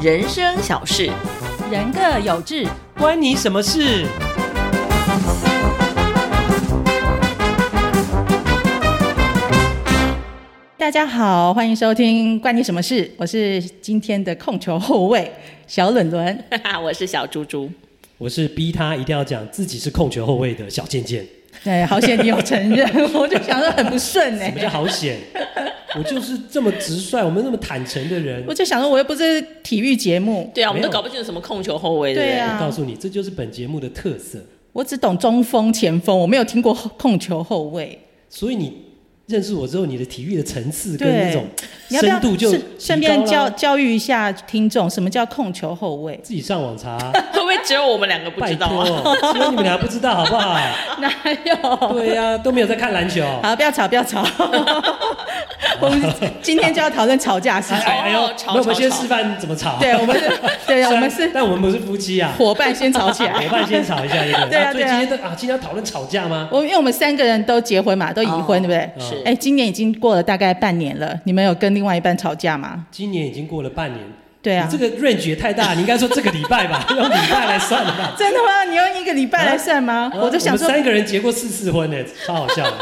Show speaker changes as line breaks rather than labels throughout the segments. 人生小事，
人各有志，
关你什么事？
大家好，欢迎收听《关你什么事》，我是今天的控球后卫小伦伦。
哈哈， 我是小猪猪。
我是逼他一定要讲自己是控球后卫的小 贱贱，
对，好险你有承认，我就想说很不顺哎、
比较好险。我就是这么直率，我们那么坦诚的人。
我就想说我又不是体育节目，
对啊，我们
没
都
有
搞不清楚什么控球后卫，对不
对
对？
啊
我告诉你，这就是本节目的特色。
我只懂中锋、前锋，我没有听过控球后卫。
所以你认识我之后，你的体育的层次跟
对
那种
你要不
深
要
度就
顺顺
提
便
高
教
啦
教育一下听众，什么叫控球后卫？
自己上 网查，
会不会只有我们两个不
拜
知道
托，
啊？
只有你们俩不知道好 不好？
哪有？
对呀、都没有在看篮球。
好，不要吵，不要 吵。我们今天就要讨论吵架事
哎
情。
哎哎呦，
吵
那我们
吵
先
吵
示范怎么吵。
对，我们是，对啊，
虽
我
然
们是
但我们不是夫妻啊。
伙伴先吵起来
伙。伴先吵一下，对 不
对啊
所
对
以
啊
今天都啊，今天要讨论吵架吗？
我因为我们三个人都结婚嘛，都已婚，
哦
对不对？
是，
哎，今年已经过了大概半年了，你们有跟另外一半吵架吗？
今年已经过了半年，
对啊
你这，个 range 也太大，你应该说这个礼拜吧，用礼拜来算了吧。
真的吗？你用一个礼拜来算吗？我就想
我们
说，
三个人结过四次婚呢，超好笑的。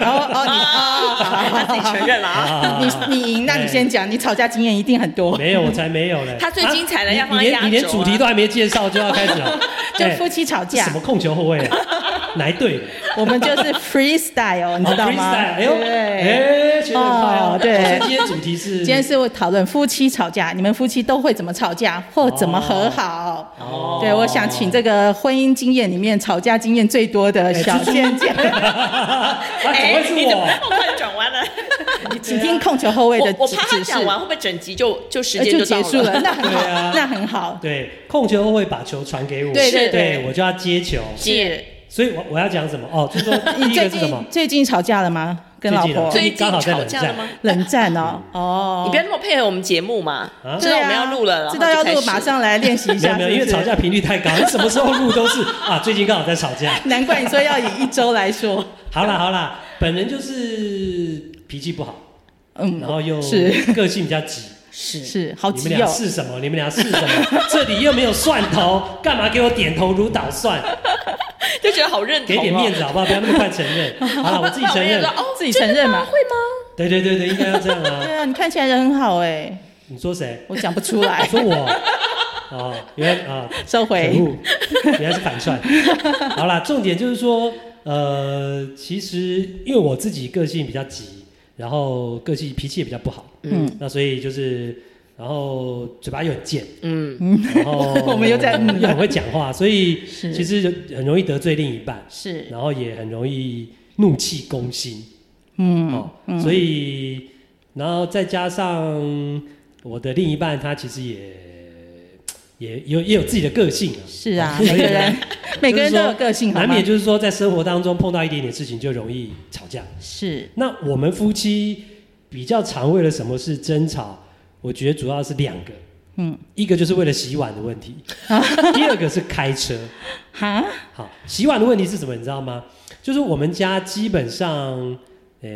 哦哦，你
啊，他自己承认了啊。
啊
你你赢，那你先讲，你吵架经验一定很多。，
没有，我才没有嘞。
他最精彩的
啊
要
你
放在
你
压
连你连
轴啊
主题都还没介绍就要开始了
就
哎
夫妻吵
这
架
什么，控球后卫 啊？哪一队的？
我们就是 freestyle，你知道吗？
哦 freestyle，哎呦，
对。
哎，学得很快哦
哦。对
所以今天主题是
今天是我讨论夫妻吵架，你们夫妻都会怎么吵架或怎么和好？
哦
对，我想请这个婚姻经验里面吵架经验最多的小哎贱贱，
哎 啊，怎么会是
哎你怎么
我？
那么快转弯了？
请听控球后卫的
我我
指
怕他
指示
讲，完会不会整集就就时
呃
间
哎
就
到
结 束了，那很好
对啊，
那很好。
对，控球后卫把球传给我，
对对
是
对
我就要接球。
是
所以我我要讲什么？哦，就是说 第
你
一个
最
是什么
近？最近吵架了吗？跟老婆
最
最
近嗯
近
刚好在
吵
冷
架了
战
吗？
冷战哦，哦，
你不要那么配合我们节目嘛，
啊
知道我们要录了，然后
知道要
就开
录，
始
马。上来练习一
没有
下。
没有，因为
是不
吵
是
架频率太高，你 什么时候录 都是啊，最近刚好在吵架。
难怪你说要以一周来说，
好啦好啦，本人就是脾气不好，
嗯
然，后又
是
个性比较急。
是好
你们
急
俩
哦，
是什么？你们俩是什么？ 这里又没有蒜头，干嘛给我点头如捣 蒜？
就觉得好认同、
给
哦，
点面子好不好？不要那么快承认。好了，我自己承 认
那我们也。说哦，
自己承认嘛。
对对对对，应该要这样啊。
对啊，你看起来人很好哎，
你说谁？
我讲不出
你
来，
说我？ 哦，原来啊，
收
可
回。
恶， 原来是反串。好啦，重点就是说，呃，其实因为我自己个性比较急，然后个性脾气也比较不好，
嗯，
那所以就是，然后嘴巴又很贱，
嗯，
然后
我们又在嗯
又很会讲话，所以
是
其实就很容易得罪另一半，
是，
然后也很容易怒气攻心。
嗯
哦，，所以然后再加上我的另一半，他其实也也有也有自己的个性啊。
是啊，
哦
每
所以
个人每个人都有个性，好
难
吗？
免就是说在生活当中碰到一点点事情就容易吵架。
是
那我们夫妻比较常为了什么事争吵？我觉得主要是两个，
嗯，
一个就是为了洗碗的 问题，第二个是开车。
哈，
好，洗碗的问题是什么？你知道吗？就是我们家基本上，呃，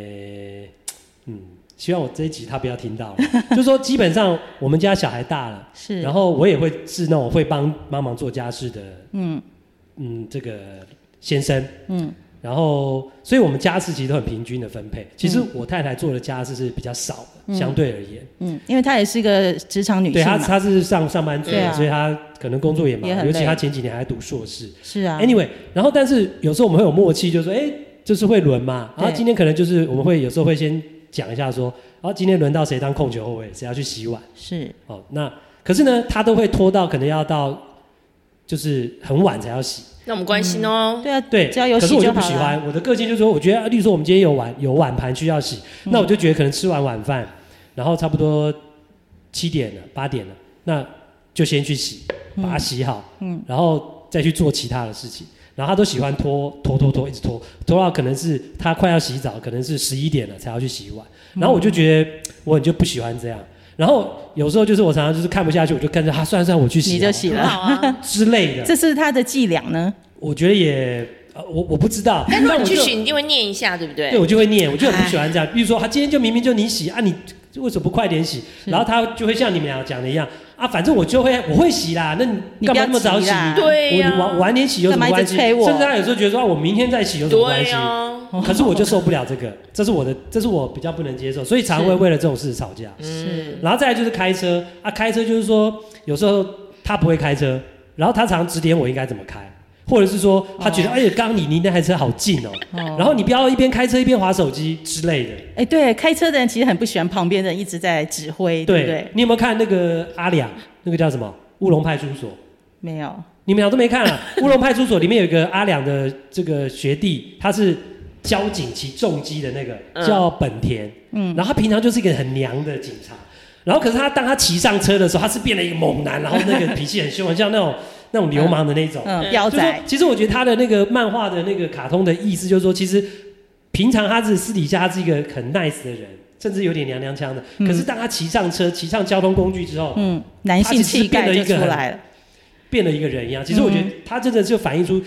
嗯，希望我这一集他不要 听到了。啊就是说，基本上我们家小孩大了，
是
然后我也会是那种会帮帮忙做家事的，
嗯
嗯，这个先生。
嗯
然后，所以我们家事其实都很平均的分配。其实我太太做的家事是比较少的，相对而言。
嗯，因为她也是一个职场女
对
性
她，
嘛，
她是上上班族，
对啊
所以她可能工作也忙，
也很
尤其
累
她前几年还读硕士。
是啊，
Anyway，然后但是有时候我们会有默契，就是说，哎，就是会轮嘛。然后
对
今天可能就是我们会有时候会先讲一下说，然后今天轮到谁当控球后卫，谁要去洗碗。
是
哦，那可是呢，他都会拖到可能要到就是很晚才要洗。
那我们关心哦，
对啊，
对，
只要有
可是
洗
我就
就
不
好
喜
了。
欢，我的个性就是说，我觉得，啊例如说我们今天有碗有碗盘需要洗，那我就觉得可能吃完晚饭，然后差不多七点了八点了，那就先去洗，把它洗好，嗯，然后再去做其他的事情。然后他都喜欢拖拖拖拖，一直拖拖到可能是他快要洗澡，可能是十一点了才要去洗碗。
嗯
然后我就觉得我很就不喜欢这样。然后有时候就是我常常就是看不下去，我就跟着他，啊算了算了，我去洗
你
好
就
了，
洗
很
了，
好啊。
之类的。
这是她的伎俩呢。
我觉得也，呃、我我不知道。
但如果你
我
去
就
洗，你一定会念一下，对不对？
对我就会念，我就很不喜
哎
欢这样。
嗯
比如说，他今天就明明就你洗啊，你为什么不快点洗？然后他就会像你们俩讲的一样啊，反正我就会我会洗啦，那你
你
干
不
嘛
要
那么早洗？
急啦
对呀
我晚晚点洗有什么
干嘛一
关
直
系？
催我啊
甚至他有时候觉得说、啊、我明天再洗有什么关
对啊
系？
呀，
可是我就受不了这个，这是我的，这是我比较不能接受，所以常会为了这种事吵架。
嗯，
然后再来就是开车啊，开车就是说有时候他不会开车，然后他常指点我应该怎么开，或者是说他觉得、哎呀，刚刚你离那台车好近哦，
哦
然后你不要一边开车一边划手机之类的。
哎，对，开车的人其实很不喜欢旁边的人一直在指挥，对不对？
你有没有看那个阿良那个叫什么乌龙派出所？
没有，
你们俩都没看啊！乌龙派出所里面有一个阿良的这个学弟，他是交警骑重机的那个，
嗯
叫本田。嗯，然后他平常就是一个很娘的警察，然后可是他当他骑上车的时候，他是变了一个猛男，然后那个脾气很凶，很像那种那种流氓的那种。
嗯，
嗯
彪
就是说
仔，
其实我觉得他的那个漫画的那个卡通的意思，就是说，其实平常他是私底下他是一个很 nice 的人，甚至有点娘娘腔的。
嗯
可是当他骑上车、骑上交通工具之后，
嗯，男性气概就出来了，
变了一个人一样。其实我觉得他真的就反映出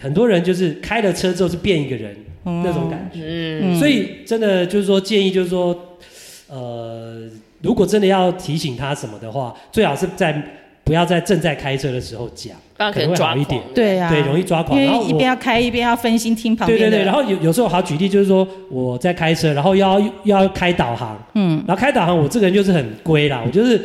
很多人就是开了车之后是变一个人、
嗯
那种感觉。
嗯，
嗯
所以真的就是说，建议就是说，呃，如果真的要提醒他什么的话，最好是在不要在正在开车的时候讲，
不然可能抓
可能会好一
狂
点。
对啊，
对，容
易
易抓狂。
因
然后
为一
我
边要开一边要分心听旁
对
边的
对
人，
对，然后有有时候好举例就是说我在开车，然后要要开导航，
嗯，
然后开导航我这个人就是很龟啦，我就是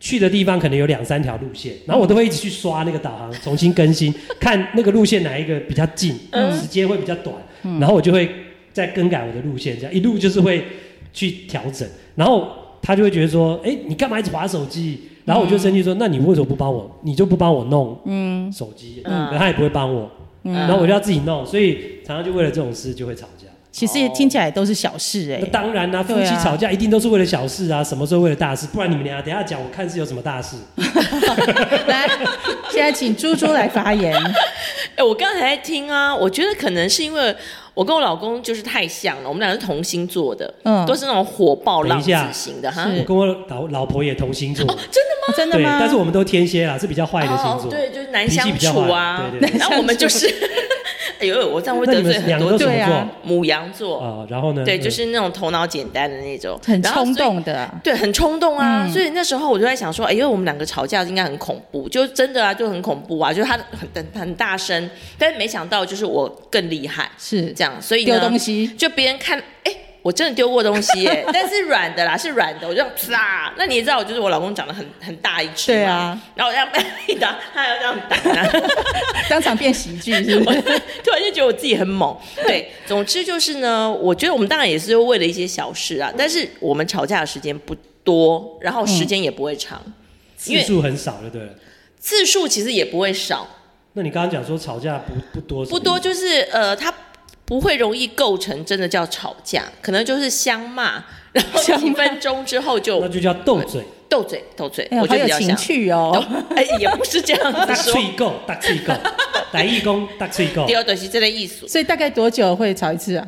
去的地方可能有两三条路线，然后我都会一直去刷那个导航，重新更新，看那个路线哪一个比较近，
嗯
时间会比较短，然后我就会再更改我的路线，这样一路就是会去调整，然后他就会觉得说，哎，你干嘛一直划手机？然后我就生气说，那你为什么不帮我？你就不帮我弄
嗯
手机？
嗯
可他也不会帮我。
嗯
然后我就要自己弄，所以常常就为了这种事就会吵架。
其实也听起来都是小事哎、
那 当然啦、夫
对
妻
啊
吵架一定都是为了小事啊，什么时候为了大事？不然你们俩等一下讲，我看是有什么大事。
来，现在请猪猪来发 言。
哎、我刚才在听啊，我觉得可能是因为我跟我老公就是太像了，我们俩是同星座的，
嗯
都是那种火爆
等一
浪子
下
型的哈。
是
我跟我老老婆也同 星座，
哦真的
对，
吗？
但是我们都天蝎啊啦，是比较坏的星
哦，
座。
对，就是难
脾气
相
比较
处啊
坏。对对对
然后我们就是， 哎呦，我这样会
那
得
你
罪
们
很
两个
多
都什
对
么
啊
座
母羊座。
啊？然后呢？
对，
嗯
就是那种头脑简单的那种，
很
然后
冲
所以
动的啊、
对，很冲动啊，
嗯
所以那时候我就在想说，哎、因为我们两个吵架应该很恐怖，就真的啊，就很恐怖啊，就是他很很很大声，但是没想到就是我更厉害，
是
这样，所以呢
丢东西，
就别人看，哎、我真的丢过东西、 耶，但是软的啦，是软的，我就这样啪。那你也知道，我就是我老公长得很很大一只，
对啊，
然后我这 样被打，他还要这样打、啊
当场变喜剧是不
我
是？
突然就觉得我自己很猛。对，总之就是呢，我觉得我们当然也是为了一些小事啊，但是我们吵架的时间不多，然后时
嗯
间也不会长，因
呃次
为
数很少，就对了。
字数其实也不会少，
那你刚刚讲说吵架不不多，
不多，就是呃，它不会容易构成真的叫吵架，可能就是相骂，然后
相
几
骂
分钟之后就
那就叫斗嘴，
斗嘴斗嘴，
哎 呦
我觉
好
得
有
比较
情
像。
趣哦。
哎，也不是这样
大
子说，
脆够，大脆 够，来义工，大脆够
第。二哦段是这类艺术。
所以大概多久会吵一次啊？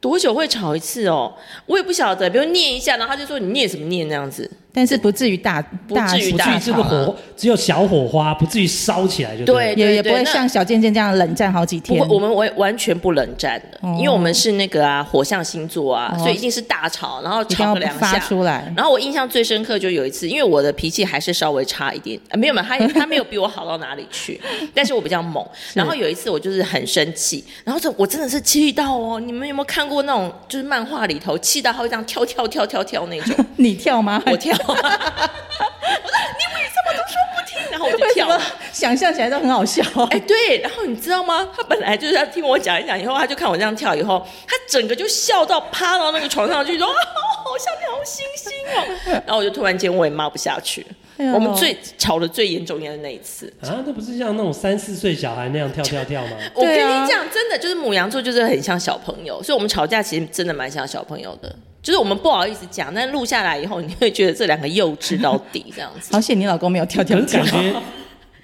多久会吵一次哦？我也不晓得，比如念一下，然后他就说你念什么念那样子。
但是不至于大
不
大
至于
不
吵
至于这个火，只有小火花，不至于烧起来就对了。
对
也也不
对
会
那
像小健健这样冷战好几
不
天
会，。我们完完全不冷战的，
哦
因为我们是那个啊火象星座啊，
哦
所以一定是大吵，然后
一定
吵
要
个两
发
下。
出来，
然后我印象最深刻就有一次，因为我的脾气还是稍微差一点，啊、没有没有， 他也他没有比我好到哪里去，但是我比较猛。然后有一次我就是很生气，然后这我真的是气到哦，你们有没有看过那种就是漫画里头气到他会这样跳跳跳跳跳 那种？
你跳吗？
我 跳， 我说你为什么都说不听？然后我就
为什
跳
么
了。
想象起来都很好笑？
哎，对，然后你知道吗？他本来就是要听我讲一讲，以后他就看我这样跳，以后他整个就笑到趴到那个床上去，说：“啊， 好像你好星星哦。” 然后我就突然间我也骂不下去。
哎呦
我们最吵的最严重应该是那一次。
啊，那不是像那种三四岁小孩那样跳跳跳吗？
我跟
对啊
你讲，真的就是母羊座就是很像小朋友，所以我们吵架其实真的蛮像小朋友的，就是我们不好意思讲，但录下来以后，你会觉得这两个幼稚到底这样子。
好险你老公没有跳跳
可是
跳
感，觉，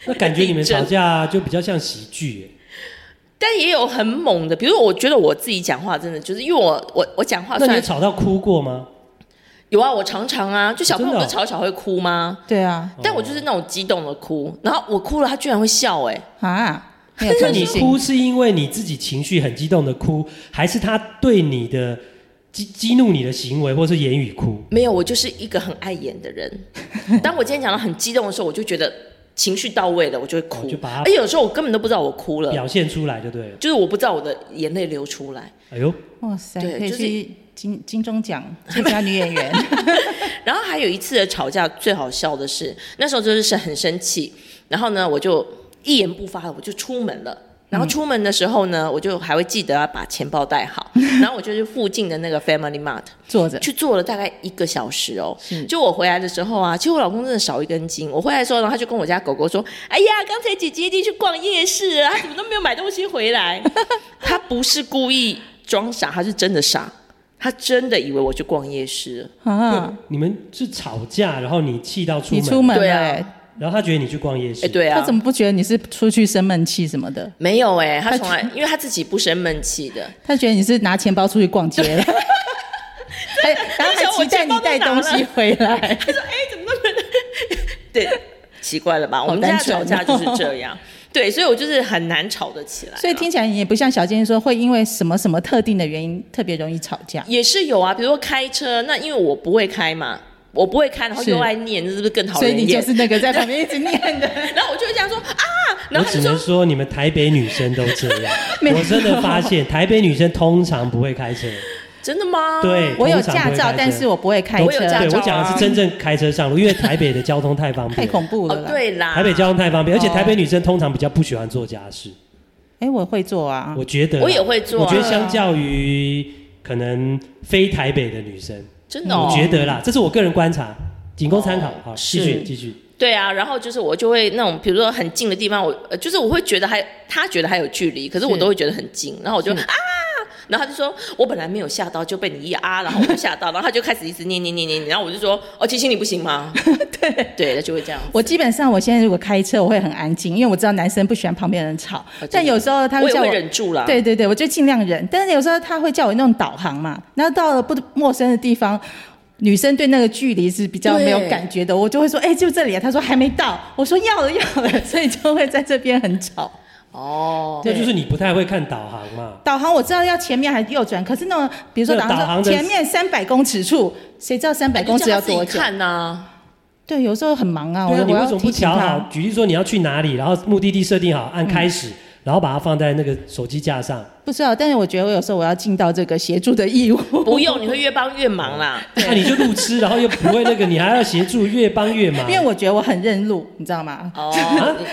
那感觉你们吵架就比较像喜剧耶。
但也有很猛的，比如我觉得我自己讲话真的就是因为我我我讲话
那
哦算
你有吵到哭过吗？
有啊，我常常啊，就小朋友
真
不
的哦哦
是吵一吵会哭吗？
对啊
但我就是那种激动的哭，然后我哭了，他居然会笑、哎，
啊，没有
那
同理
你
心
哭是因为你自己情绪很激动的哭，还是他对你的激激怒你的行为或是言语哭。
没有，我就是一个很爱演的 人。当我今天讲到很激动的时候，我就觉得情绪到位了，我就会哭
哦就把它。
而且有时候我根本都不知道我哭了，
表现出来就对了。
就是我不知道我的眼泪流出来。
哎呦，
哇塞，
对
可以
就是
去金金钟奖最佳女演员。
然后还有一次的吵架最好笑的是，那时候真的是很生气，然后呢，我就一言不发了，我就出门
嗯
了。然后出门的时候呢，我就还会记得要把钱包带 好。然后我就去附近的那个 Family Mart
坐着，
去坐了大概一个小时哦。就我回来的时候啊，其实我老公真的少一根筋。我回来的时候，然后他就跟我家狗狗说：“哎呀，刚才姐姐一定去逛夜市啊 了，她怎么都没有买东西回来？”他不是故意装傻，他是真的傻，他真的以为我去逛夜市了。
啊，
你们是吵架，然后你气到出
你
门，
出门
对
了、
啊
欸，
然后他觉得你去逛夜市，
哎，对啊，
他怎么不觉得你是出去生闷气什么的？
没有哎、他从来，因为他自己不生闷气的，
他觉得你是拿钱包出去逛 街了，还然后还期待你带东西回 来。
啊对， 奇怪了吧？我们
单
家
纯
吵
哦
架就是这样，对，所以我就是很难吵得起来啊、
所以听起来你也不像小健说会因为什么什么特定的原因特别容易吵架。
也是有啊，比如说开车，那因为我不会开嘛，我不会开，然后
是
又爱念，这是不是更讨
所以
人
你就
厌？
是那个在旁边一直念的，
然后我就会这样说啊，然
我
后他
只
就
能
说
说你们台北女生都这样。
没有
我真的发现台北女生通常不会开车，
真的吗？
对
我有
通常不
驾
会
照
开，车
但是我不会开
我
车
有，驾
对
照
我讲的是真正开车上路，因为台北的交通太方便，
啊太恐怖了
哦
啦。，，
对啦，
台北交通太方便，而且
哦
台北女生通常比较不喜欢做家事，
哎、我会做啊
我，觉得啦
我也会做啊
我觉得相较于可能非台北的女生，
真的、哦，
我觉得啦，这是我个人观察，仅供参考。
哦
好，
是
继续继续。
对啊，然后就是我就会那种，比如说很近的地方，我呃就是我会觉得还他觉得还有距离，可是我
是
都会觉得很近，然后我就啊，然后他就说我本来没有吓到，就被你一啊，然后我就吓到，然后他就开始一直念念念念，然后我就说哦，提醒你不行吗？对对，他就会这样。
我基本上我现在如果开车，我会很安静，因为我知道男生不喜欢旁边的人吵。
哦真的
但有时候他
我
会
也
叫
会
我，
忍住
啊
啦。
对对对，我就尽量忍。但是有时候他会叫我弄导航嘛，然后到了不陌生的地方。女生对那个距离是比较没有
对
感觉的，我就会说：“哎、就这里啊。”他说：“还没到。”我说：“要了，要了。”所以就会在这边很吵。
哦，
那
对
就是你不太会看导航嘛？
导航我知道要前面还右转，可是那种比如说
那
导航说
个导航的哎
前面三百公尺处，谁知道三哎百公尺要
就叫他
多
自己
久？
看呐、
对，有时候很忙啊，我
对啊，
我
你为
要
什么不
提醒
调好
他？？嗯
举例说你要去哪里，然后目的地设定好，按开始，然后把它放在那个手机架上。
不知道，但是我觉得我有时候我要尽到这个协助的义务。
不用，你会越帮越忙啊啦。
那、你就路痴，然后又不会那个，你还要协助，越帮越忙。
因为我觉得我很认路，你知道吗？
哦，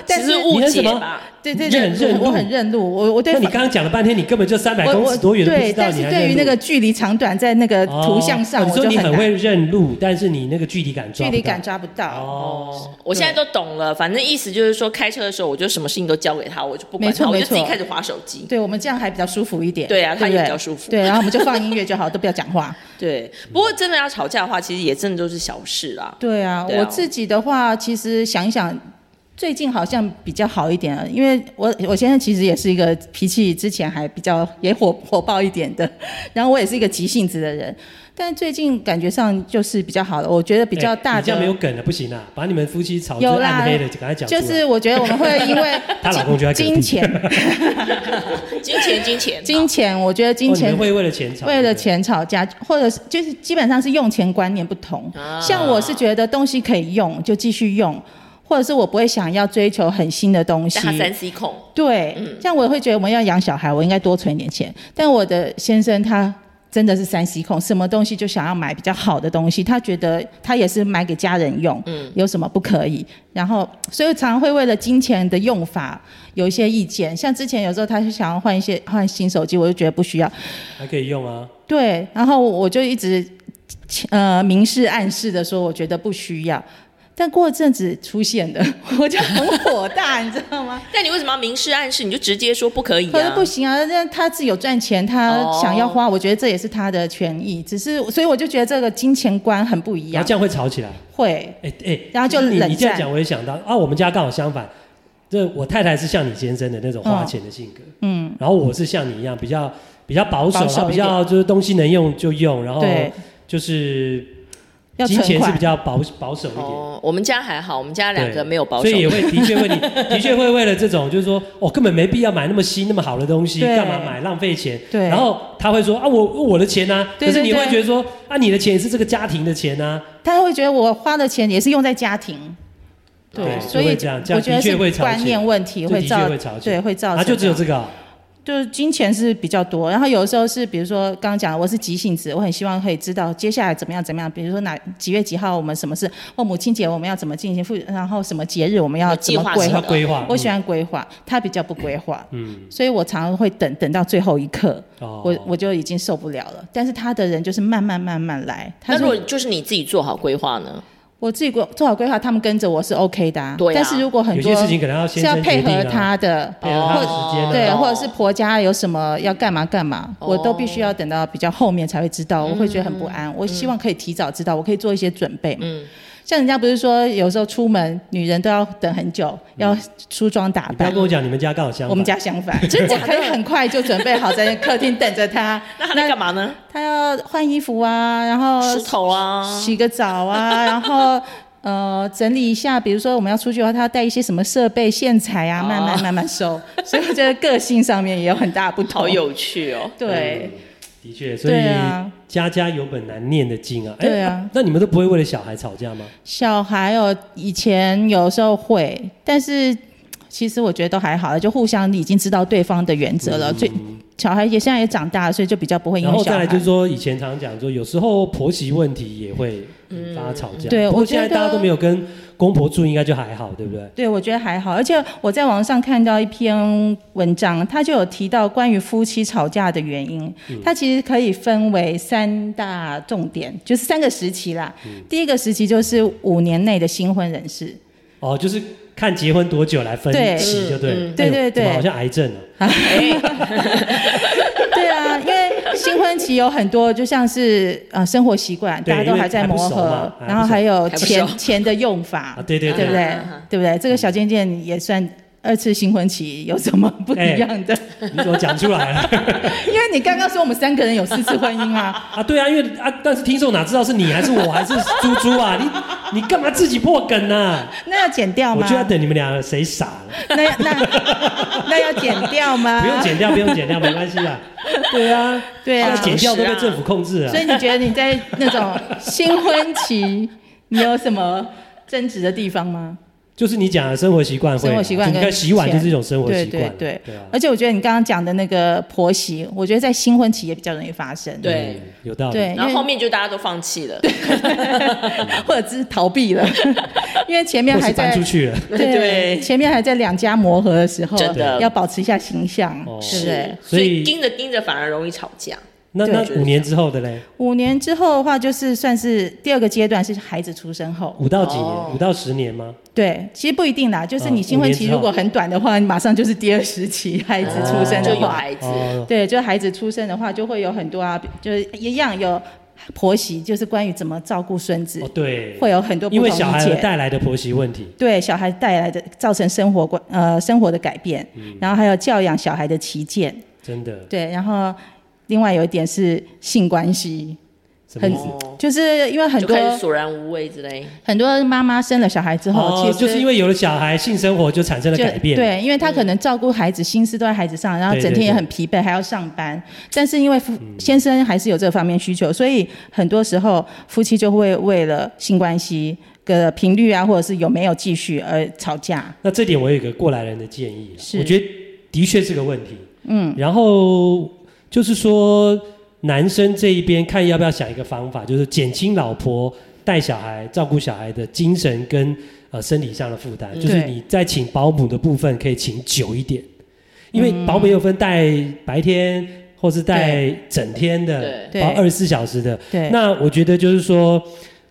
但
只
是
是误
你是
解
什么
吧。
对对
认
对，
认路
我很认路，我我对
那你刚刚讲了半天，你根本就三百
我
公
我
尺多远都不
对，
知道，
但是
你还
对于
认
那
路
个距离长短在那个图像上，
哦你
我
说
就
你很
难
会认路，但是你那个距离感
距
抓不到
离感抓不到。
哦，
我现在都懂了，反正意思就是说，开车的时候我就什么事情都交给他，我就不管
没错
他，我就
没
自
错
己开始划手机。
对我们这样还比较舒服一点。
对啊
不
他也比较舒服
对，然后我们就 放音乐就好，都不要讲话。
对，不过真的要吵架的话，其实也真的都是小事啦。
对啊，
对啊
我自己的话，其实想一想，最近好像比较好一点了，因为我我先生其实也是一个脾气之前还比较也火火爆一点的，然后我也是一个急性子的人，但最近感觉上就是比较好了，我觉得比较
哎
大
你这样没
的
有。梗了，不行啊！把你们夫妻吵
有
就
啦
暗黑了，赶快讲出
就
来。哦
是我觉得我们会因为
她老公就在隔壁
金钱，
金钱，金钱，
金钱，我觉得金
啊哦、你
钱
们会为了钱吵，
为了
对不对
钱吵架，或者是就是基本上是用钱观念不同。
啊
像我是觉得东西可以用就继续用，或者是我不会想要追求很新的东西
但。他三 C 控，
对，像我会觉得我们要养小孩，我应该多存一点钱。但我的先生他真的是三 C 控，什么东西就想要买比较好的东西，他觉得他也是买给家人用，有什么不可以？然后，所以常常会为了金钱的用法有一些意见。像之前有时候他是想要换一些换新手机，我就觉得不需要。
还可以用啊。
对，然后我就一直呃明示暗示的说，我觉得不需要。但过阵子出现的， 我就很火大，你知道吗？
但你为什么要明示暗示？你就直接说不可以
可是
啊
不？行啊，那他自己有赚钱，他
哦
想要花，我觉得这也是他的权益。只是，所以我就觉得这个金钱观很不一样
然后这。样会吵起来。
会，
哎哎，
然后就
你
冷
你这样
战
讲，我也想到啊，我们家刚好相反。这我太太是像你先生的那种花钱的性格，嗯，然后我是像你一样比较比较保守，
保守
然后比
一点
较就是东西能用就用，然后
对，
就是
要
哦金
存
钱是
款
比。较保保守一点。
哦，我们家还好，我们家两
对
个没有保守
所以，也会的确会 你的确会为了这种，就是说我、哦根本没必要买那么新那么好的东西，
对
干嘛买浪费钱？
对
然后他会说啊，我我的钱啊，
对
可是
对
你会
对
觉得说啊，你的钱也是这个家庭的钱啊，
他会觉得我花的钱也是用在家庭，对，
对
所以
就会这样这样
我觉得
的确会
是
吵
观念问题
这的确
造
会吵起来
对会造
啊，
成
就只有
这样
这个、啊，
就是金钱是比较多，然后有的时候是比如说刚刚讲的我是急性子，我很希望可以知道接下来怎么样怎么样，比如说哪几月几号我们什么事，或母亲节我们要怎么进行父，然后什么节日我们要怎
计
么
划
规
型
要
划
的，
规划。
我喜欢规划，他比较不规划，
嗯，
所以我常常会等等到最后一刻，
嗯哦
我我就已经受不了了。但是他的人就是慢慢慢慢来，他
那
是
如果就是你自己做好规划呢？
我自己规做好规划，他们跟着我是 OK 的、啊。
对啊
但是如果很
有
多
些事情可能要
是
先
要
生
配
决定
合
啊，
他的，
配合他的时间
哦
啊、
对，
哦
或者是婆家有什么要干嘛干嘛，
哦
我都必须要等到比较后面才会知道，我会觉得很不安。我希望可以提早知道，我可以做一些准备嘛。
嗯
像人家不是说有时候出门女人都要等很久，要
嗯
梳妆打
你不要
扮
跟。我讲你们家刚好相反，
我们家相 反，真
假
我
的
可以很快就准备好在客厅等着他。
那他在干嘛呢？
他要换衣服啊，然后
梳头啊，
洗个澡啊，然后呃整理一下，比如说我们要出去的话，他要带一些什么设备、线材啊，
哦
慢慢慢慢收。所以我觉得个性上面也有很大不 同。
好有趣哦。
对，
嗯的确，所以
对啊，
家家有本难念的经啊。哎
对啊
那你们都不会为了小孩吵架吗？
小孩哦，以前有时候会，但是其实我觉得都还好了，啊就互相已经知道对方的原则了。
嗯
最小孩也现在也长大了，所以就比较不会因
然
为
后
小
再
孩
来。就是说，以前常讲说，有时候婆媳问题也会引发吵架。
对
不过
我觉
现
得
在大家都没有跟公婆住，应该就还好，对不对？
对，我觉得还好，而且我在网上看到一篇文章，它就有提到关于夫妻吵架的原因，
嗯
它其实可以分为三大重点，就是三个时期啦。
嗯
第一个时期就是五年内的新婚人士，
哦，就是看结婚多久来分
对
期，就对了。
嗯
对
哎呦
对对
怎么好像癌症啊。
哎
哎
对啊，因为新婚期有很多，就像是呃生活习惯，
对
大家
因
都
为
还在
还不
磨
熟
合
嘛，还
然
不
后
熟
还有
还不
钱
熟
钱的用法
啊，，对对嗯
对不
对。
对
啊啊啊？
对不对？这个小贱贱也算二次新婚期，有什么不
哎
一样的？
你怎么讲出来了？
因为你刚刚说我们三个人有四次婚姻 啊。
啊，对啊，因为啊，但是听众哪知道是你还是我还是猪猪啊？你你干嘛自己破梗呢、
那要剪掉
我
吗？
就要等你们俩谁傻了。
那那那要剪掉吗？
不用。剪掉，不用剪掉，没关系啦。对啊，
对啊
现在剪掉都被政府控制了
所。以你觉得你在那种新婚期，你有什么争执的地方吗？
就是你讲的生活习惯会啊，
生活习惯
就你看
跟
洗碗就是一种生活习惯
对
啊，
对对
对啊。
而且我觉得你刚刚讲的那个婆媳，我觉得在新婚期也比较容易发生。
对
嗯，有道理。
对，因
然后
为
后面就大家都放弃了， 哦
或者只是逃避了， 因为前面
或
还
是搬
在
出 去了，
对
前面还在两家磨合的时候，
真的
要保持一下形象，
哦
对不对？
所
所以
以盯着盯着反而容易吵架。
那
对
那
我觉
得
五年之后的嘞，
五年之后的话，就是算是第二个阶段，是孩子出生后。
五到几
哦
年？五到十年吗？
对，其实不一定啦，就是
嗯
你新婚期
五年之后
如果很短的话，你马上就是第二时期孩子出生
就
的
有
话，
孩子，
哦，
对，就孩子出生的话，就会有很多啊，就是一样有婆媳，就是关于怎么照顾孙子，
哦对，
会有很多不
因
同
为小
意
孩而
见。
带来的婆媳问题，
对小孩带来的造成生活观呃生活的改变，
嗯
然后还有教养小孩的旗舰，
真的
对，然后另外有一点是性关系，
什么意
很
思？
就是因为很
哦就
多
开始索然无味之类。
很多妈妈生了小孩之后，
哦，
其实
就是因为有了小孩，性生活就产生了
就
改变。，嗯
对，因为他可能照顾孩子，心思都在孩子上，然后
对
整
对
天也
对嗯
很疲惫，还要上班。但是因为夫先生还是有这方面需求，所以很多时候夫妻就会为了性关系的频率啊，或者是有没有继续而吵架。
那这点我有一个过来人的建议啦
是
我觉得的确是个问题。嗯，然后就是说，男生这一边看要不要想一个方法，就是减轻老婆带小孩、照顾小孩的精神跟呃生理上的负担，
嗯
就是
对
你在请保姆的部分可以请久一点，因为保姆也有分带白天或是带整天的，
对
对
包二十四小时的，
对，
那我觉得就是说，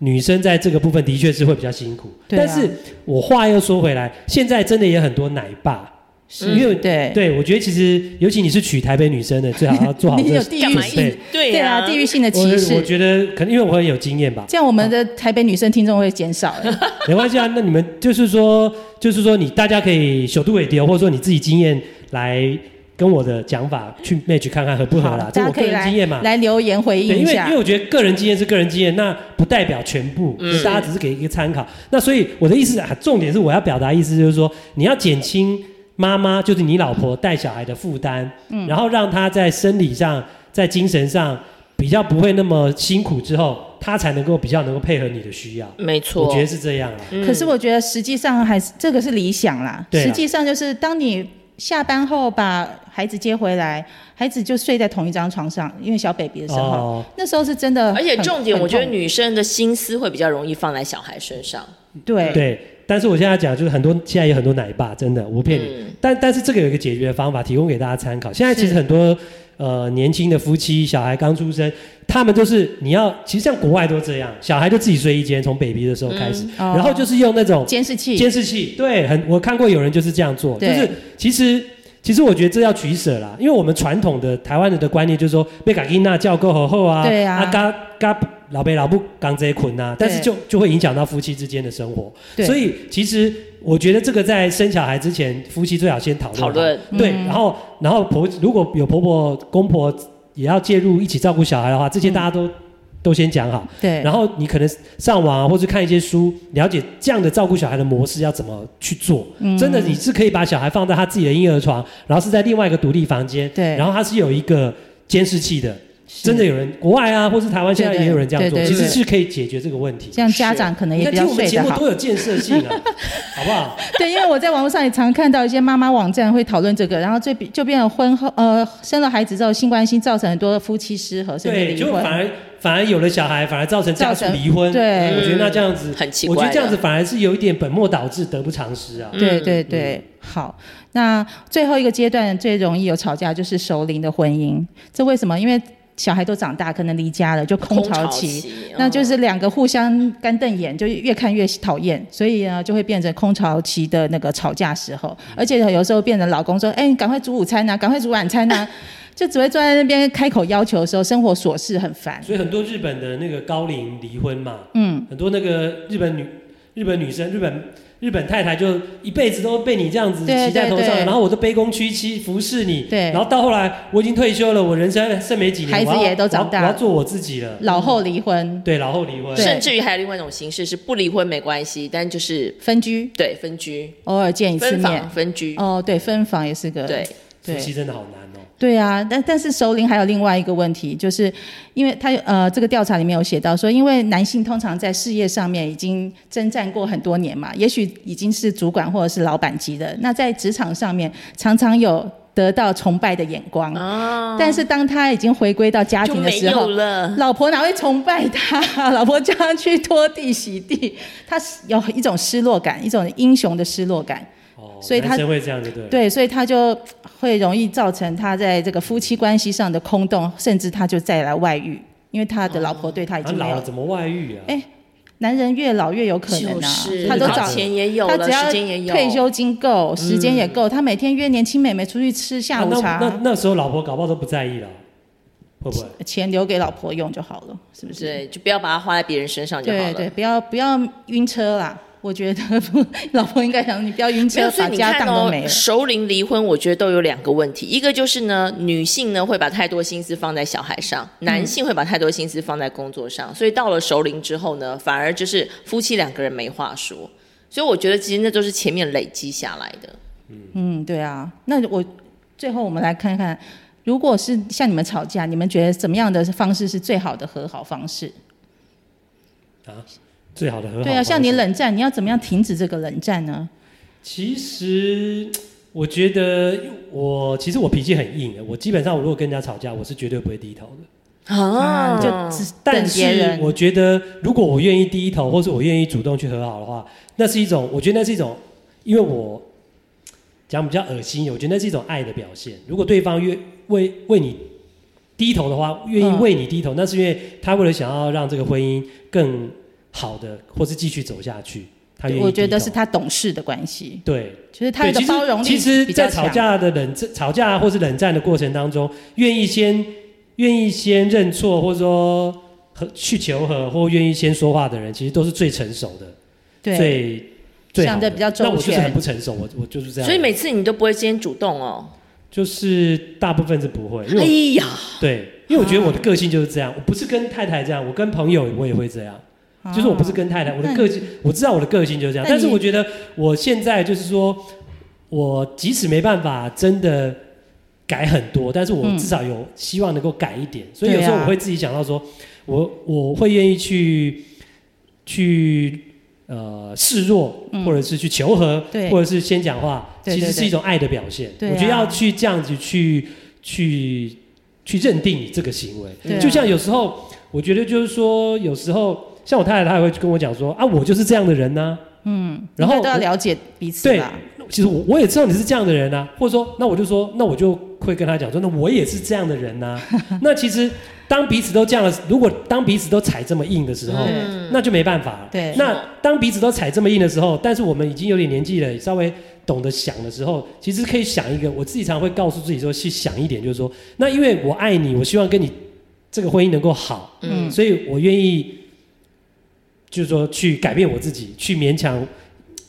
女生在这个部分的确是会比较辛苦。
对啊
但是我话又说回来，现在真的也很多奶爸，
是
因为
对
对啊我觉得其实，尤其你是娶台北女生的，最好要做好
你
这
有
个
地
干
域
嘛
准备
一。对
对啊，地域性的
我
歧
我
视。
觉得可能因为我很有经验吧，
这样我们的台北女生听众会减少了。
没关系啊。那你们就是说，就是说你大家可以小度尾丢，或者说你自己经验来跟我的讲法去 match 看看合 不合啦
好，
这
大
我
家
个
可以
人
来
经验嘛。
来留言回
对，
应
因
一
为
下
因为。我觉得个人经验是个人经验，那不代表全部，
嗯
大家只是给一个参考。那所以我的意思啊，重点是我要表达意思就是说，你要减轻妈妈就是你老婆带小孩的负担，
嗯
然后让她在生理上、在精神上比较不会那么辛苦之后，她才能够比较能够配合你的需要。
没错，
我觉得是这样啊。
嗯
可是我觉得实际上还是这个是理想啦，
对啊
实际上就是当你下班后把孩子接回来，孩子就睡在同一张床上，因为小 baby 的时候，
哦，
那时候是真的很，
而且重点，
很
我觉得
痛
女生的心思会比较容易放在小孩身上。
对
对。但是我现在讲就是很多，现在有很多奶爸，真的，我不骗你。
嗯
但但是这个有一个解决方法，提供给大家参考。现在其实
是
很多呃年轻的夫妻，小孩刚出生，他们就是你要，其实像国外都这样，小孩就自己睡一间，从 baby 的时候开始，
哦
然后就是用那种
监视器，
监视器，对，很我看过有人就是这样做，就
对
是其实其实我觉得这要取舍啦，因为我们传统的台湾人的观念就是说，被嘎伊娜叫够吼后啊，
对啊
嘎嘎老贝老布刚这一捆啊，但是
对
就就会影响到夫妻之间的生活，
对
所以其实我觉得这个在生小孩之前，夫妻最好先讨论
讨
好
论
对，
嗯
然后然后婆如果有婆婆公婆也要介入一起照顾小孩的话，这些大家都、都先讲好。
嗯对，
然后你可能上网啊，或是看一些书，了解这样的照顾小孩的模式要怎么去做。
嗯
真的，你是可以把小孩放在他自己的婴儿床，然后是在另外一个独立房间，
对
然后他是有一个监视器的。真的有人国外啊，或是台湾现在
对对
也有人这样做，
对对
其实
对
是可以解决这个问题。
这样家长可能
你
也
看
比
听
较
我们
睡
节
得
目
好。
多有建设性 啊，好不好？
对，因为我在网络上也常看到一些妈妈网站会讨论这个，然后这比就变成婚后呃生了孩子之后性关系造成很多夫妻失和，甚至
对，
离
就反
婚。
而反而有了小孩，反而造成家属
造成
离婚。
对
我觉得那这样子
嗯很奇
我觉
怪的
得这样子反而是有一点本末倒置，得不偿失啊。
对
嗯
对对，好。那最后一个阶段最容易有吵架就是熟龄的婚姻，这为什么？因为小孩都长大，可能离家了，就空
空
巢
巢
期。
期
那就
嗯
是两个互相干瞪眼，就越看越讨厌，所以呢就会变成空巢期的那个吵架时候，
嗯
而且有时候变成老公说：“哎、你赶快煮午餐呐、赶快煮晚餐呐、 就只会坐在那边开口要求的时候，生活琐事很烦。
所以很多日本的那个高龄离婚嘛，
嗯，
很多那个日本女日本女生、日本日本太太就一辈子都被你这样子
对
骑在头
对
上，
对
然后我都卑躬屈膝服侍你，
对
然后到后来我已经退休了，我人生剩没几年，
孩子
我要
也都长大
我要，我要做我自己了，
老后离婚、
对，然后离婚，
嗯
对
甚至于还有另外一种形式是不离婚没关系，但就是
分居，
对分居、
偶尔见一次
分
面
房、。分居，
哦，对，分房也是个
对，
夫
对
妻真的好难哦。
对啊，但但是熟龄还有另外一个问题，就是因为他有呃，这个调查里面有写到说，因为男性通常在事业上面已经征战过很多年嘛，也许已经是主管或者是老板级的，那在职场上面常常有得到崇拜的眼光，
哦
但是当他已经回归到家
就
庭的
没
时
有
候。
了。
老婆哪会崇拜他？ 老婆叫他去拖地、洗地，他有一种失落感，一种英雄的失落感。
哦，
所以他
男生会这样就对了。
对，所以他就会容易造成他在这个夫妻关系上的空洞，甚至他就再来外遇，因为他的老婆对他已
他
经没
老
有。
了怎么外遇啊？
哎男人越老越有可能
就
啊，
是
他都
然后
长。
钱也有
他只
了，
要
时间也有，
退休金够，时间也够，他每天约年轻妹妹出去吃下午
嗯啊那那
茶，
那时候老婆搞不好都不在意了，会不会？
钱留给老婆用就好了，是不是？
对，就不要把它花在别人身上就好
对
了。
对，不要不要晕车啦！我觉得 老婆应该想你不要晕
没
车，
有，所
把
以你
家
看
当都
哦
没，了。
熟龄离婚，我觉得都有两个问题，一个就是呢，女性呢会把太多心思放在小孩上，
嗯
男性会把太多心思放在工作上，所以到了熟龄之后呢，反而就是夫妻两个人没话说。所以我觉得其实那都是前面累积下来的。
嗯，对啊。那我最后我们来看看，如果是像你们吵架，你们觉得怎么样的方式是最好的和好方式？
最好的很好。
对啊，像你冷战，你要怎么样停止这个冷战啊呢？
其实我觉得我其实我脾气很硬的，我基本上我如果跟人家吵架，我是绝对不会低头的。
啊，
啊，
就只
但
等别
是
人。
我觉得如果我愿意低头，或是我愿意主动去和好的话，那是一种，我觉得那是一种，因为我讲比较恶心，我觉得那是一种爱的表现。如果对方愿为为你低头的话，愿意
嗯
为你低头，那是因为他为了想要让这个婚姻更好的，或是继续走下去，他愿意低头。
我觉得是他懂事的关系，
对，
就是他的
对其实
包容力
其实，
比
在
较
吵
强。
架的冷战、吵架或是冷战的过程当中，愿意先愿意先认错，或者说和去求和，或愿意先说话的人，其实都是最成熟的，
对，
最最好
想得比较周
那我就是
全
很不成熟，我我就是这样。
所以每次你都不会先主动哦，
就是大部分是不会，因为
哎
我
呀，
啊
对，因为我觉得我的个性就是这样，我不是跟太太这样，我跟朋友我也会这样。就是我不
啊
是跟太太，我
那
的
你
个性我知道我的个性就是这样，
哦那
但是
你
我觉得我现在就是说，我即使没办法真的改很多，但是我
嗯
至少有希望能够改一点，所以
对
有
啊
时候我会自己想到说，我我会愿意去去呃示弱，
嗯
或者是去求和，
对
或者是先讲话，
对
其实
对
是
对
一种爱的表现。
对啊
我觉得要去这样子去去去认定你这个行为，
对啊
就像有时候我觉得就是说，有时候像我太太，她也会跟我讲说啊，我就是这样的人呢、嗯，然后
应该都要
我
了解彼此
对
吧。
其实我我也知道你是这样的人啊，或者说，那我就说，那我就会跟她讲说，那我也是这样的人 呐、那其实当彼此都这样的，如果当彼此都踩这么硬的时候，
嗯，
那就没办法了。
对
那当彼此都踩这么硬的时候，但是我们已经有点年纪了，稍微懂得想的时候，其实可以想一个，我自己常会告诉自己说，去想一点，就是说，那因为我爱你，我希望跟你这个婚姻能够好，
嗯
所以我愿意，就是说去改变我自己，去勉强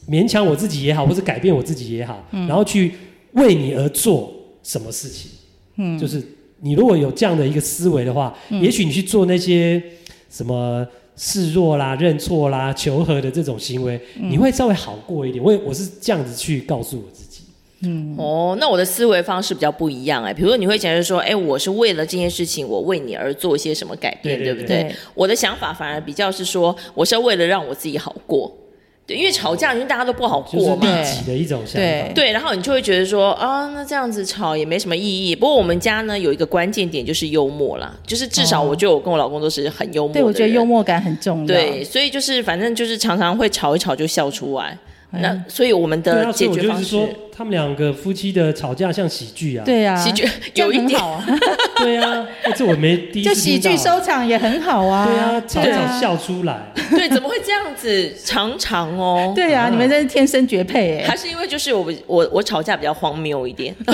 勉强我自己也好，或是改变我自己也好，
嗯
然后去为你而做什么事情，
嗯
就是你如果有这样的一个思维的话，
嗯
也许你去做那些什么示弱啦、认错啦、求和的这种行为，
嗯
你会稍微好过一点。我也我是这样子去告诉我自己，
嗯
哦，那我的思维方式比较不一样哎、比如说你会觉得说，哎、我是为了这件事情，我为你而做一些什么改变，
对对
不
对
我的想法反而比较是说，我是要为了让我自己好过，对，因为吵架因为大家都不好
就是
过嘛，
利己的一种想
对
法。
对，然后你就会觉得说啊，那这样子吵也没什么意义。不过我们家呢有一个关键点就是幽默啦，就是至少我觉得我跟我老公都是很幽默的
哦对，
人。
我觉得幽默感很重要。
对，所以就是反正就是常常会吵一吵就笑出来。
哎
那所以我们
对
的
啊，所
解
以我
决
就
方
是
式，
说，他们两个夫妻的吵架像喜剧啊。
对啊，
喜剧
这样
有一
很
点
好啊，
对啊，哎这我没 第一
就
次
喜
听
剧
到
收场也很好啊。
对啊，吵一
对
吵
啊
笑出来。
对，怎么会这样子？常常 哦。
对啊，你们真是天生绝配哎
还！是因为就是我我我吵架比较荒谬一点，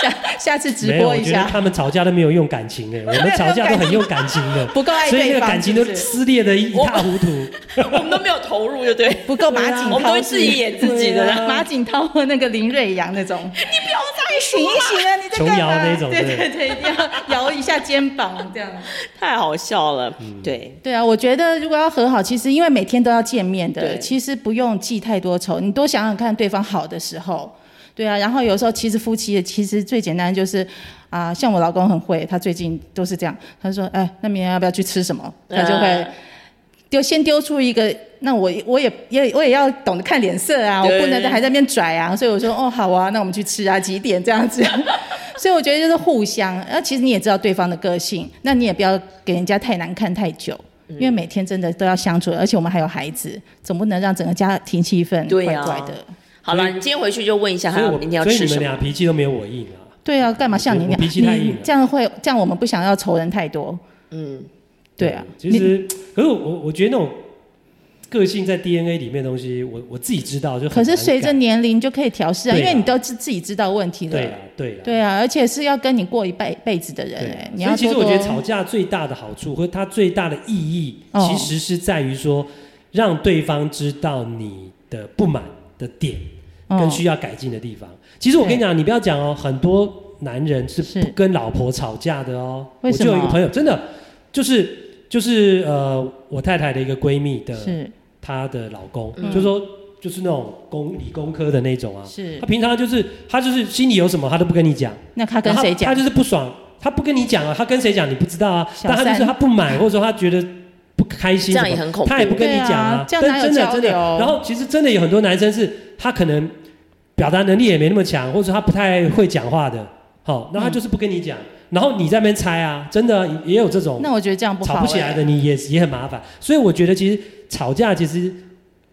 下下次直
没有，
播
我
一
觉得
下，
他们吵架都没有用 感情哎，我们吵架都很用感情的，
不够爱
所以那
对
个
方，
感情
是
都
不是
撕裂的一一塌糊涂。
我们都没有投入，对不 对？
不够马景涛是，
我们都会自己演自己的
对
啦
啊马景涛和那个林瑞阳那种。你不要再醒一醒啊！你在
琼
干
瑶
嘛？
那种
对
对
对对，一定要摇一下肩膀这样。
太好笑了，嗯
嗯
对。
对啊，我觉得如果要和好，其实因为每天都要见面的，
对
其实不用记太多仇，你多想想看对方好的时候。对啊，然后有时候其实夫妻也其实最简单就是啊、像我老公很会，他最近都是这样，他说哎，那明天要不要去吃什么？他就会
嗯
丢先丢出一个，那我我也也我也要懂得看脸色啊，我
对
不能在还在那边拽啊，所以我说哦好啊，那我们去吃啊，几点这样子？所以我觉得就是互相，那其实你也知道对方的个性，那你也不要给人家太难看太久，
嗯
因为每天真的都要相处，而且我们还有孩子，总不能让整个家庭气氛
对
怪
啊
怪的。
好了，你今天回去就问一下
啊
所以
他
我
明天要
所以
吃
你们
什么。
俩脾气都没有我硬啊。
对啊，干嘛像你
我脾气
那
太
样？
硬
你
了
这样会这样，我们不想要仇人太多。
嗯，
对啊，
其实可是我我我觉得那种个性在 DNA 里面的东西，我我自己知道就很
可是
难改
随着年龄就可以调试啊，
对
因
啊
为你都自自己知道问题了。
对啊对啊
对啊，而且是要跟你过一辈辈子的人哎、
啊
你
所
要
以其
多
实我觉得吵
多
架最大的好处和它最大的意义，
哦
其实是在于说让对方知道你的不满的点
哦嗯
跟需要改进的地方。其实我跟你讲，你不要讲哦，很多男人是
是
不跟老婆吵架的哦。
为
我
什
就
么
有一个朋友，真的就是就是呃，我太太的一个闺蜜的
嗯是
她的老公，
嗯
就说就是那种工理工科的那种啊。
是
她，平常就是她就是心里有什么她都不跟你讲，
那他跟
然后
谁讲
她？就是不爽，她不跟你讲啊，她跟谁讲你不知道啊。
小
但她就是
三
她不买，或者说她觉得不开心
这
什么，
样也很恐怖。嗯
她也不跟你讲啊。
对啊
但
这样哪有
真
交
的真的，
流
然后其实真的有很多男生是他可能表达能力也没那么强，或者他不太会讲话的，好、
嗯
那他就是不跟你讲，然后你在那边猜啊，真的也也有这种。
那我觉得这样不好、欸哎
吵不起来的，你也也很麻烦。所以我觉得其实吵架其实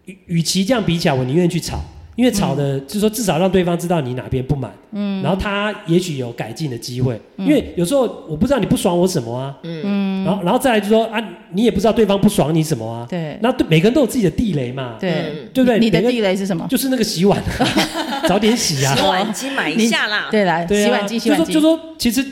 与与其这样比起来，我宁愿去吵，因为吵的、
嗯
就是说至少让对方知道你哪边不满，嗯，然后他也许有改进的机会，
嗯
因为有时候我不知道你不爽我什么啊，嗯，然后然后再来就说啊，你也不知道对方不爽你什么啊，
对
那对每个人都有自己的地雷嘛，
对
嗯
对不对？
你的
每个人
地雷是什么？
就是那个洗碗、 早点洗啊
洗，碗机买一下啦。
对啦，
对啊，
呃洗碗机，洗碗机，
就说就说其实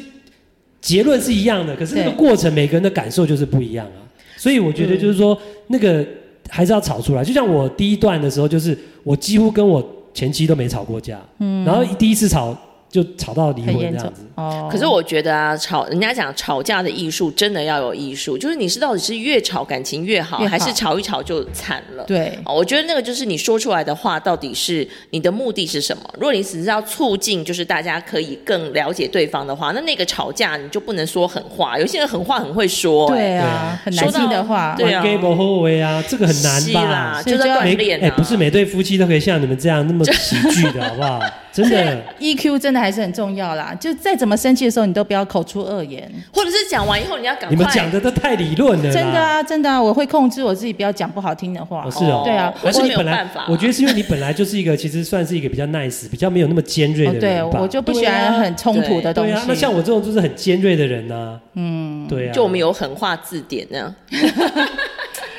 结论是一样的，可是那个
对嗯
过程每个人的感受就是不一样啊。所以我觉得就是说、那个还是要吵出来。就像我第一段的时候，就是我几乎跟我前妻都没吵过架，嗯，然后第一次吵就吵到离
很
婚
严
这
重
样子。
哦。
可是我觉得啊，吵人家讲吵架的艺术真的要有艺术，就是你是到底是越吵感情越好，
越好
还是吵一吵就惨了？
对
哦，我觉得那个就是你说出来的话，到底是你的目的是什么？如果你只是要促进，就是大家可以更了解对方的话，那那个吵架你就不能说狠话。有些人狠话很会说、哎
对
对
啊
啊，
很难听的话，
对啊
玩 game over 啊，这个很难
是
吧
啦，？
所以
就
就
在
要
锻
每
炼
哎、
啊，
不是每对夫妻都可以像你们这样那么喜剧的，好不好？真的，
EQ E 真的还是很重要啦。就再怎么生气的时候，你都不要口出恶言。
或者是讲完以后你要赶快，
你们讲的都太理论了啦。
真的啊，真的啊，我会控制我自己，不要讲不好听的话
哦，。是哦，
对啊
我
还是
是
你
没有
本来
办法，
我觉得是因为你本来就是一个，其实算是一个比较 nice、比较没有那么尖锐的
哦，
人
对，
吧
我就不喜欢很冲突的东
对
西。
啊，那像我这种就是很尖锐的人呐、嗯，对啊，
就我们有狠话字典那 样，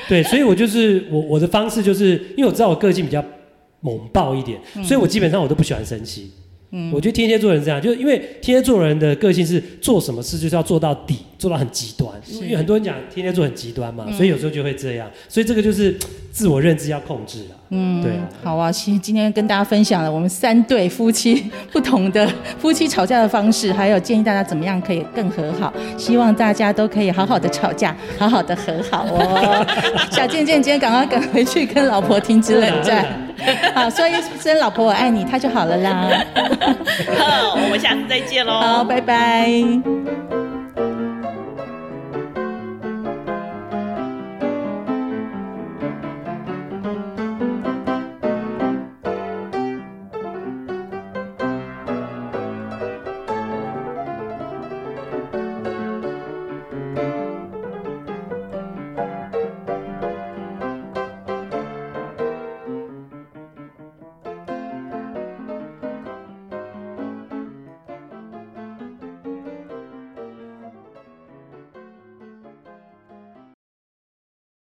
对，所以我就是我我的方式就是因为我知道我个性比较猛爆一点，
嗯
所以我基本上我都不喜欢生气。嗯，我觉得天蝎座人是这样，就是因为天蝎座人的个性是做什么事就是要做到底，做到很极端。因为很多人讲天蝎座很极端嘛，
嗯
所以有时候就会这样，所以这个就是自我认知要控制了。嗯，对啊。
好啊，今今天跟大家分享了我们三对夫妻不同的夫妻吵架的方式，还有建议大家怎么样可以更和好。希望大家都可以好好的吵架，好好的和好哦。小健健今天赶快赶回去跟老婆停止冷战，好说一声老婆我爱你，她就好了啦。
好，我们下次再见喽，
好，拜拜。